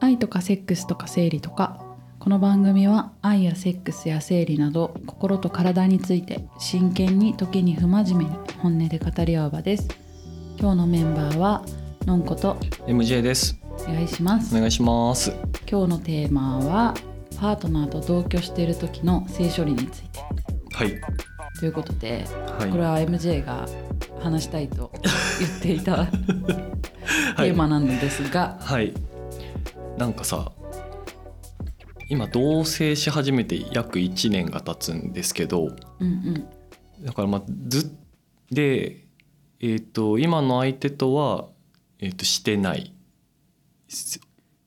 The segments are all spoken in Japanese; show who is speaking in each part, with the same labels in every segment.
Speaker 1: 愛とかセックスとか生理とかこの番組は愛やセックスや生理など心と体について真剣に時に不真面目に本音で語り合う場です今日のメンバーはのんこと
Speaker 2: MJ です
Speaker 1: お願いします
Speaker 2: お願いします
Speaker 1: 今日のテーマはパートナーと同居している時の性処理について
Speaker 2: はい
Speaker 1: ということでこれ
Speaker 2: は
Speaker 1: は MJ が話したいと言ってい た
Speaker 2: い
Speaker 1: テーマなんですが、
Speaker 2: はいなんかさ今同棲し始めて約1年が経つんですけど
Speaker 1: うん
Speaker 2: だからまあずでえっ、と今の相手とは、えー、としてないす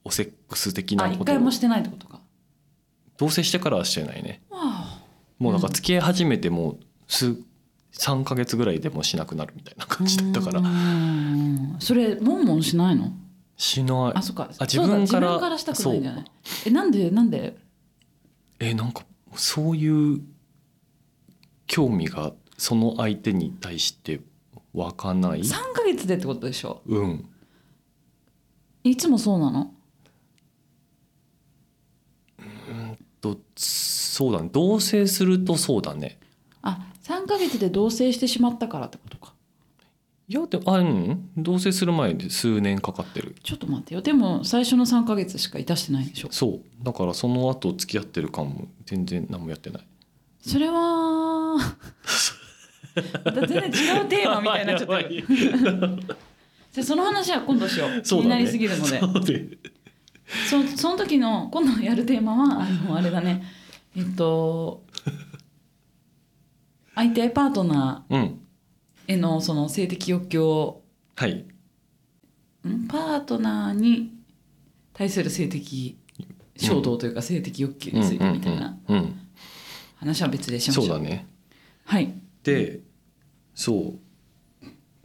Speaker 2: おセックス
Speaker 1: う
Speaker 2: 的
Speaker 1: んあ
Speaker 2: な
Speaker 1: 一
Speaker 2: こと
Speaker 1: 回もしてないってことか
Speaker 2: 同棲してからはしてないね
Speaker 1: わ
Speaker 2: もうなんか
Speaker 1: うん
Speaker 2: 付き合い始めてもう数3ヶ月ぐらいでもうしなくなるみたいな
Speaker 1: あ
Speaker 2: 感じだったか
Speaker 1: う
Speaker 2: ら
Speaker 1: んそれモンモンしないの
Speaker 2: しない
Speaker 1: あそっか
Speaker 2: あ自
Speaker 1: そうだ
Speaker 2: 分から
Speaker 1: 自分からしたくないんじゃないえなんでなんで
Speaker 2: えなんかそういう興味がその相手に対して湧かない
Speaker 1: 3ヶ月でってことでしょ
Speaker 2: うん
Speaker 1: いつもそうなの
Speaker 2: とそうだね同棲するとそうだね
Speaker 1: あ三3ヶ月で同棲してしまったからってことか
Speaker 2: いやでもあうん同棲する前で数年かかってる
Speaker 1: ちょっと待ってよでも最初の3ヶ月しかいたしてないでしょ
Speaker 2: そうだからその後付き合ってる感も全然何もやってない
Speaker 1: それ は全然違うテーマみたいになっちゃってるじゃあその話は今度しよう
Speaker 2: そう
Speaker 1: 気に
Speaker 2: だ
Speaker 1: な
Speaker 2: ね
Speaker 1: りすぎるので
Speaker 2: そうで
Speaker 1: そその時の今度やるテーマはあのあれだねえっと相手パートナ
Speaker 2: うん
Speaker 1: ーへのその性的欲求を
Speaker 2: はい
Speaker 1: んパートナーに対する性的衝動というか性的欲求についてみたいな
Speaker 2: うんうんうん
Speaker 1: 話は別でし
Speaker 2: うん、
Speaker 1: ましょ
Speaker 2: そううだね
Speaker 1: はい
Speaker 2: でそ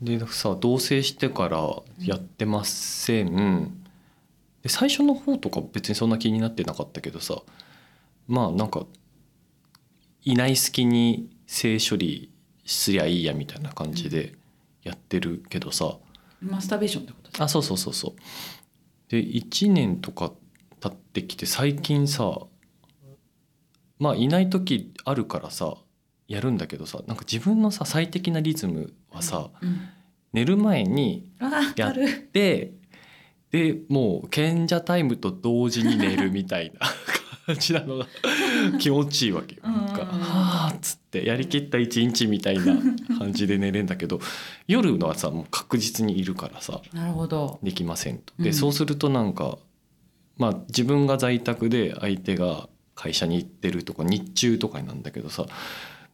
Speaker 2: うでさ同棲してからやってませんで最初の方とか別にそんな気になってなかったけどさまあなんかいない隙に性処理すりゃいいやみたいな感じでやってるけどさ
Speaker 1: マスターベーションってことだ
Speaker 2: あそうそうそうそうで1年とか経ってきて最近さまあいない時あるからさやるんだけどさなんか自分のさ最適なリズムはさ
Speaker 1: うん
Speaker 2: 寝る前に
Speaker 1: あわかる
Speaker 2: ででもう賢者タイムと同時に寝るみたいな 感じなのが 気持ちいいわけよ。なんか
Speaker 1: うん
Speaker 2: はあっつってやりきった一日みたいな感じで寝れんだけど夜のはさもう確実にいるからさ
Speaker 1: なるほど
Speaker 2: できませんと。
Speaker 1: う
Speaker 2: で
Speaker 1: ん
Speaker 2: そうするとなんか、まあ、自分が在宅で相手が会社に行ってるとか日中とかになんだけどさ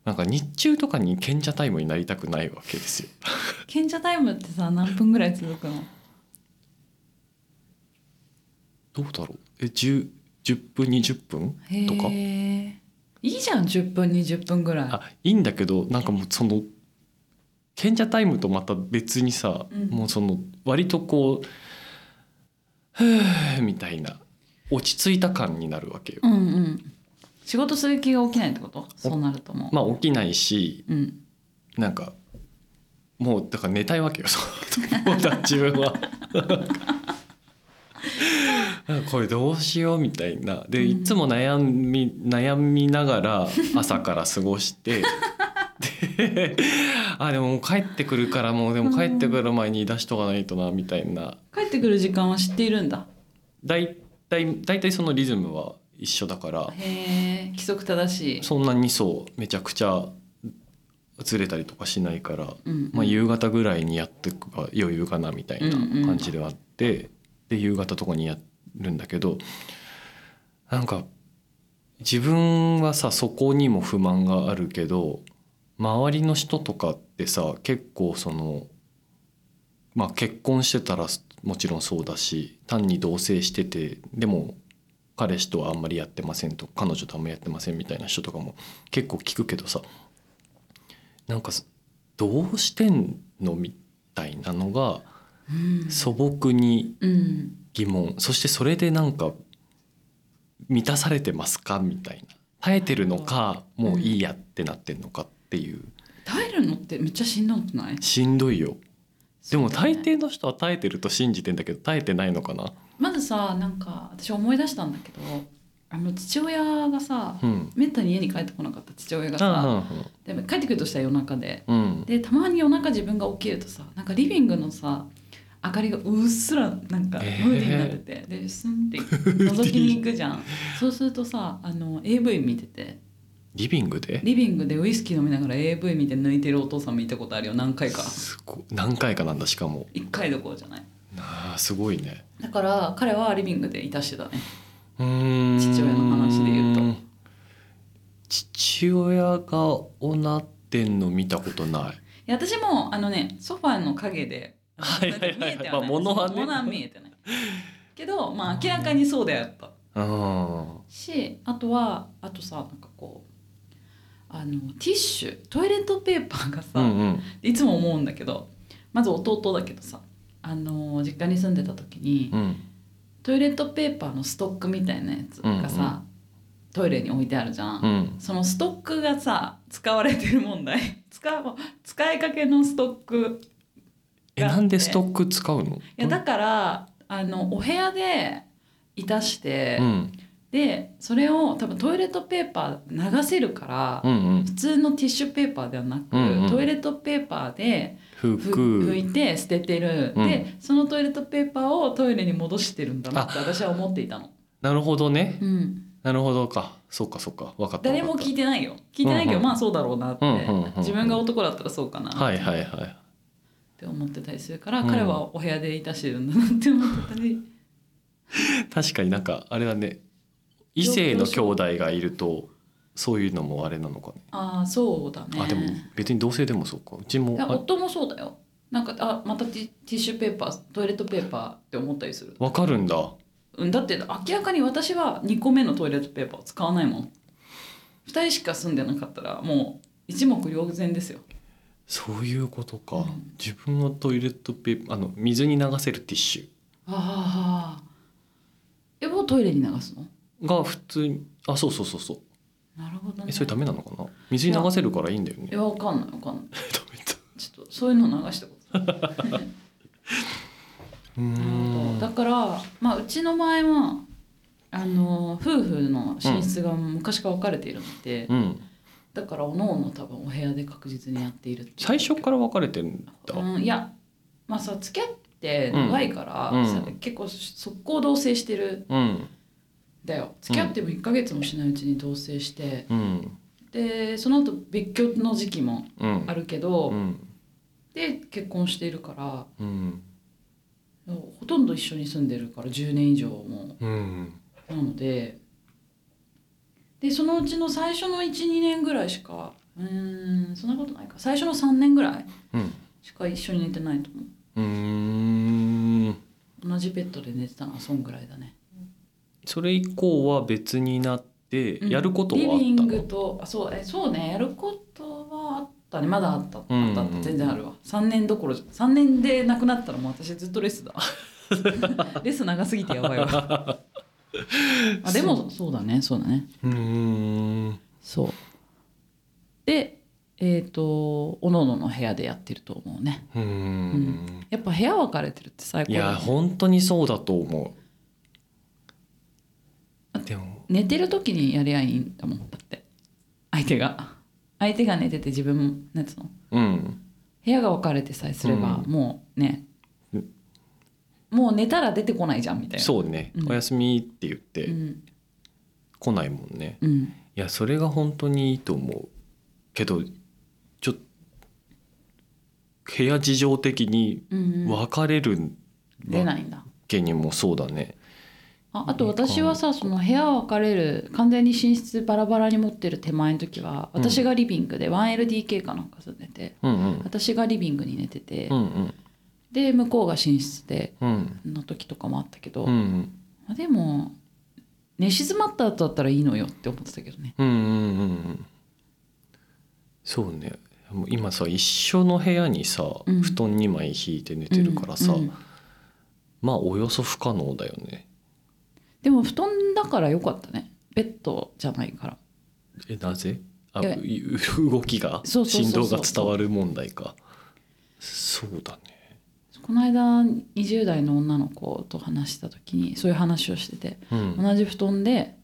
Speaker 2: なんか日中とかに賢者タイムになりたくないわけですよ。
Speaker 1: 賢者タイムってさ何分ぐらい続くの
Speaker 2: どうだろうえ 10, 10分20分
Speaker 1: へ
Speaker 2: とか
Speaker 1: えいいじゃん10分20分ぐらい
Speaker 2: あいいんだけどなんかもうその賢者タイムとまた別にさ、
Speaker 1: うん
Speaker 2: もうその割とこう「ふー」みたいな落ち着いた感になるわけよ。
Speaker 1: うんうん仕事する気が起きないってことそうなるともう、
Speaker 2: まあ起きないし
Speaker 1: うん
Speaker 2: なんかもうだから寝たいわけよそう思った自分は。なんかこれどうしようみたいなで
Speaker 1: うん
Speaker 2: いつも悩み悩みながら朝から過ごしてであでももう帰ってくるからもうでも帰ってくる前に出しとかないとなみたいな
Speaker 1: 帰ってくる時間は知っているんだ
Speaker 2: 大体大体そのリズムは一緒だから
Speaker 1: へえ規則正しい
Speaker 2: そんなにそうめちゃくちゃずれたりとかしないから
Speaker 1: うん
Speaker 2: まあ、夕方ぐらいにやってくば余裕かなみたいな感じではあって、で夕方とかにやるんだけどなんか自分はさそこにも不満があるけど周りの人とかってさ結構その、まあ、結婚してたらもちろんそうだし単に同棲しててでも彼氏とはあんまりやってませんと彼女とあんまりやってませんみたいな人とかも結構聞くけどさなんかそどうしてんのみたいなのが
Speaker 1: うん
Speaker 2: 素朴に
Speaker 1: うん
Speaker 2: 疑問そしてそれでなんか満たされてますかみたいな耐えてるのか
Speaker 1: うん
Speaker 2: もういいやってなってんのかっていう
Speaker 1: 耐えるのってめっちゃしんどくない
Speaker 2: しんどいよでも大
Speaker 1: そうだね
Speaker 2: 抵の人は耐えてると信じてんだけど耐えてないのかな
Speaker 1: まずさなんか私思い出したんだけどあの父親がさ
Speaker 2: うん
Speaker 1: めったに家に帰ってこなかった父親がさ
Speaker 2: あ
Speaker 1: でも帰ってくるとしたら夜中で
Speaker 2: うんうん
Speaker 1: でたまに夜中自分が起きるとさなんかリビングのさ明かりがうっすらなんかム
Speaker 2: えー
Speaker 1: ーディーになってて、でスンって覗きに行くじ ゃんそうするとさあの AV 見てて
Speaker 2: リビングで
Speaker 1: リビングでウイスキー飲みながら AV 見て抜いてるお父さん見たことあるよ何回か
Speaker 2: すごい何回かなんだしかも
Speaker 1: 1回どころじゃない
Speaker 2: あーすごいね
Speaker 1: だから彼はリビングでいたしてたね
Speaker 2: うーん
Speaker 1: 父親の話で言うと
Speaker 2: 父親がおなってんの見たことない
Speaker 1: いや私もあのねソファーの陰であの
Speaker 2: はいはいはいはい
Speaker 1: 見えて
Speaker 2: まあ
Speaker 1: ない
Speaker 2: 物はね
Speaker 1: 物は見えてないけどまあ明らかにそうであった
Speaker 2: うん
Speaker 1: しあとはあとさなんかこうあのティッシュトイレットペーパーがさ、
Speaker 2: うんうん
Speaker 1: いつも思うんだけどまず弟だけどさあの実家に住んでた時に、
Speaker 2: うん
Speaker 1: トイレットペーパーのストックみたいなやつがさ、
Speaker 2: うんうん
Speaker 1: トイレに置いてあるじゃん、
Speaker 2: うん
Speaker 1: そのストックがさ使われてる問題 使う使いかけのストック
Speaker 2: えなんでストック使うの
Speaker 1: いやだからあのお部屋でいたして、
Speaker 2: うん
Speaker 1: でそれを多分トイレットペーパー流せるから、
Speaker 2: うんうん
Speaker 1: 普通のティッシュペーパーではなく、
Speaker 2: うんうん
Speaker 1: トイレットペーパーでふ
Speaker 2: 服
Speaker 1: 拭いて捨ててる、
Speaker 2: うん
Speaker 1: でそのトイレットペーパーをトイレに戻してるんだなって私は思っていたの。
Speaker 2: なるほどね
Speaker 1: うん
Speaker 2: なるほどかそうかそうか分かった
Speaker 1: 誰も
Speaker 2: 分か
Speaker 1: 聞いてないよ聞いてないけど、
Speaker 2: うんうん
Speaker 1: まあそうだろうなって、
Speaker 2: うんうんうん
Speaker 1: 自分が男だったらそうかな
Speaker 2: ったはい
Speaker 1: っ
Speaker 2: はいはい
Speaker 1: て思ってたりするから、
Speaker 2: うん
Speaker 1: 彼はお部屋でいたしてるんだなって思ってたり
Speaker 2: 確かになんかあれだね異性の兄弟がいるとそういうのもあれなのかね
Speaker 1: ああそうだね
Speaker 2: あでも別に同性でもそうかうち
Speaker 1: い
Speaker 2: も
Speaker 1: や
Speaker 2: あ
Speaker 1: 夫もそうだよなんかあまたティティッシュペーパートイレットペーパーって思ったりする、
Speaker 2: 分かるんだ
Speaker 1: うん、だって明らかに私は2個目のトイレットペーパーを使わないもん2人しか住んでなかったらもう一目瞭然ですよ
Speaker 2: そういうことか、
Speaker 1: うん
Speaker 2: 自分のトイレットペーパーあの水に流せるティッシ
Speaker 1: ああえもうトイレに流すの
Speaker 2: ュが普通にあそうそうそうそう
Speaker 1: なるほどね
Speaker 2: えそれダメなのかな水に流せるからいいんだよね
Speaker 1: いやわかんないわかんない
Speaker 2: ダメだ
Speaker 1: ちょっとそういうの流してこと
Speaker 2: うーん
Speaker 1: だから、まあ、うちの場合はあの夫婦の寝室が昔から分かれているので、
Speaker 2: うん
Speaker 1: だからおのおの多分お部屋で確実にやっているっていう
Speaker 2: 最初から分かれてるんだ、
Speaker 1: うん、いやまあさ付き合って長いから、
Speaker 2: うん
Speaker 1: さ
Speaker 2: うん
Speaker 1: 結構速攻同棲してるん
Speaker 2: うん
Speaker 1: だよ付き合っても1ヶ月もしないうちに同棲して、
Speaker 2: うん
Speaker 1: でその後別居の時期も
Speaker 2: うん
Speaker 1: あるけど、
Speaker 2: うん
Speaker 1: で結婚しているから
Speaker 2: うん
Speaker 1: ほとんど一緒に住んでるから10年以上もう
Speaker 2: うん
Speaker 1: なのででそのうちの最初の12年ぐらいしかうーんそんなことないか最初の3年ぐらい
Speaker 2: うん
Speaker 1: しか一緒に寝てないと思
Speaker 2: うーん
Speaker 1: う同じベッドで寝てたのはそんぐらいだね
Speaker 2: それ以降は別になって、
Speaker 1: うん
Speaker 2: やることはあっ
Speaker 1: リビ
Speaker 2: た
Speaker 1: ン
Speaker 2: の
Speaker 1: グとあそうえそうねやることはあったねまだあったあった
Speaker 2: うんうん
Speaker 1: あった全然あるわ3年どころじゃ3年でなくなったらもう私ずっとレス だレス長すぎてやばいわあでもそうだねそうだね
Speaker 2: うーん
Speaker 1: そうでえっ、とおのおのの部屋でやってると思うね
Speaker 2: うーん
Speaker 1: やっぱ部屋分かれてるって最高
Speaker 2: い
Speaker 1: だ
Speaker 2: や
Speaker 1: ね
Speaker 2: 本当にそうだと思
Speaker 1: あ
Speaker 2: うでも
Speaker 1: 寝てる時にやりゃいいんだもんだって相手が相手が寝てて自分もなんつうの
Speaker 2: うん
Speaker 1: 部屋が分かれてさえすれば、
Speaker 2: うん
Speaker 1: もうね
Speaker 2: うん
Speaker 1: もう寝たら出てこないじゃんみたいな
Speaker 2: そうね、
Speaker 1: うん
Speaker 2: おやすみって言っ
Speaker 1: う
Speaker 2: て
Speaker 1: ん
Speaker 2: 来ないもんね、
Speaker 1: うん
Speaker 2: いやそれが本当にいいと思うけどちょっ部屋事情的に
Speaker 1: うんうん
Speaker 2: 別れる
Speaker 1: 出
Speaker 2: わ
Speaker 1: ないんだ
Speaker 2: けにもそうだね、
Speaker 1: ああと私はさその部屋分かれる完全に寝室バラバラに持ってる手前の時は
Speaker 2: うん
Speaker 1: 私がリビングで 1LDK かなんか住んでて
Speaker 2: うんうん、
Speaker 1: 私がリビングに寝てて、
Speaker 2: うんうん
Speaker 1: で向こうが寝室で
Speaker 2: うん
Speaker 1: の時とかもあったけど、
Speaker 2: うんうん
Speaker 1: まあでも寝静まった後だったらいいのよって思ってたけどね
Speaker 2: うんうんうんうんそうねもう今さ一緒の部屋にさ、
Speaker 1: うん
Speaker 2: 布団2枚引いて寝てるからさ、
Speaker 1: うんうん
Speaker 2: まあおよそ不可能だよね
Speaker 1: でも布団だからよかったねベッドじゃないから
Speaker 2: えなぜあ
Speaker 1: いや
Speaker 2: う動きが
Speaker 1: そうそうそうそう
Speaker 2: 振動が伝わる問題かそうだね
Speaker 1: この間20代の女の子と話した時にそういう話をしてて
Speaker 2: うん
Speaker 1: 同じ布団で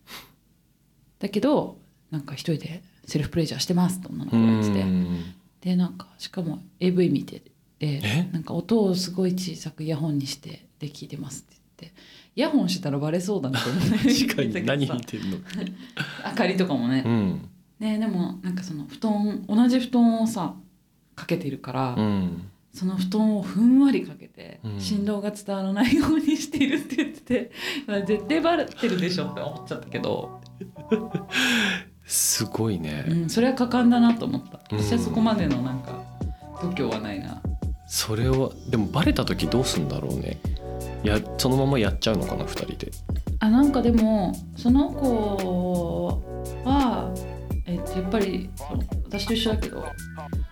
Speaker 1: だけどなんか一人でセルフプレジャーしてますって女の子
Speaker 2: う
Speaker 1: が言ってて
Speaker 2: ん
Speaker 1: でなんかしかも AV 見てて
Speaker 2: え
Speaker 1: なんか音をすごい小さくイヤホンにしてで聞いてますって言ってイヤホンしてたらバレそうだなと思って
Speaker 2: 確かに
Speaker 1: 言って
Speaker 2: 何
Speaker 1: たけ
Speaker 2: 見
Speaker 1: どさ
Speaker 2: てんの
Speaker 1: 明かりとかもね、
Speaker 2: うん
Speaker 1: ねでもなんかその布団同じ布団をさかけてるから、
Speaker 2: うん
Speaker 1: その布団をふんわりかけて、
Speaker 2: うん
Speaker 1: 振動が伝わらないようにしているって言ってて だから絶対バレてるでしょって思っちゃったけど、
Speaker 2: すごいね、
Speaker 1: うん、それは果敢だなと思った
Speaker 2: うん
Speaker 1: 私はそこまでのなんか度胸はないな
Speaker 2: それはでもバレた時どうすんだろうねやそのままやっちゃうのかな2人で
Speaker 1: あなんかでもその子は、えっと、やっぱりその私と一緒だけど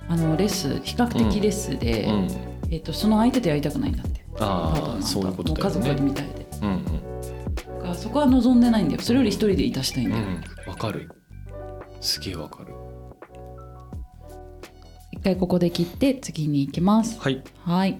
Speaker 1: あのレッス比較的レッスで、
Speaker 2: うん
Speaker 1: えっと、その相手とやりたくないんだって
Speaker 2: あー
Speaker 1: パートナーとか
Speaker 2: そういうことだよね
Speaker 1: もう家族みたいで
Speaker 2: うん
Speaker 1: だからそこは望んでないんだよそれより一人でいたしたいん
Speaker 2: うん
Speaker 1: だ
Speaker 2: う
Speaker 1: よ、
Speaker 2: んわかるすげえわかる
Speaker 1: 一回ここで切って次に行きます
Speaker 2: はい
Speaker 1: はい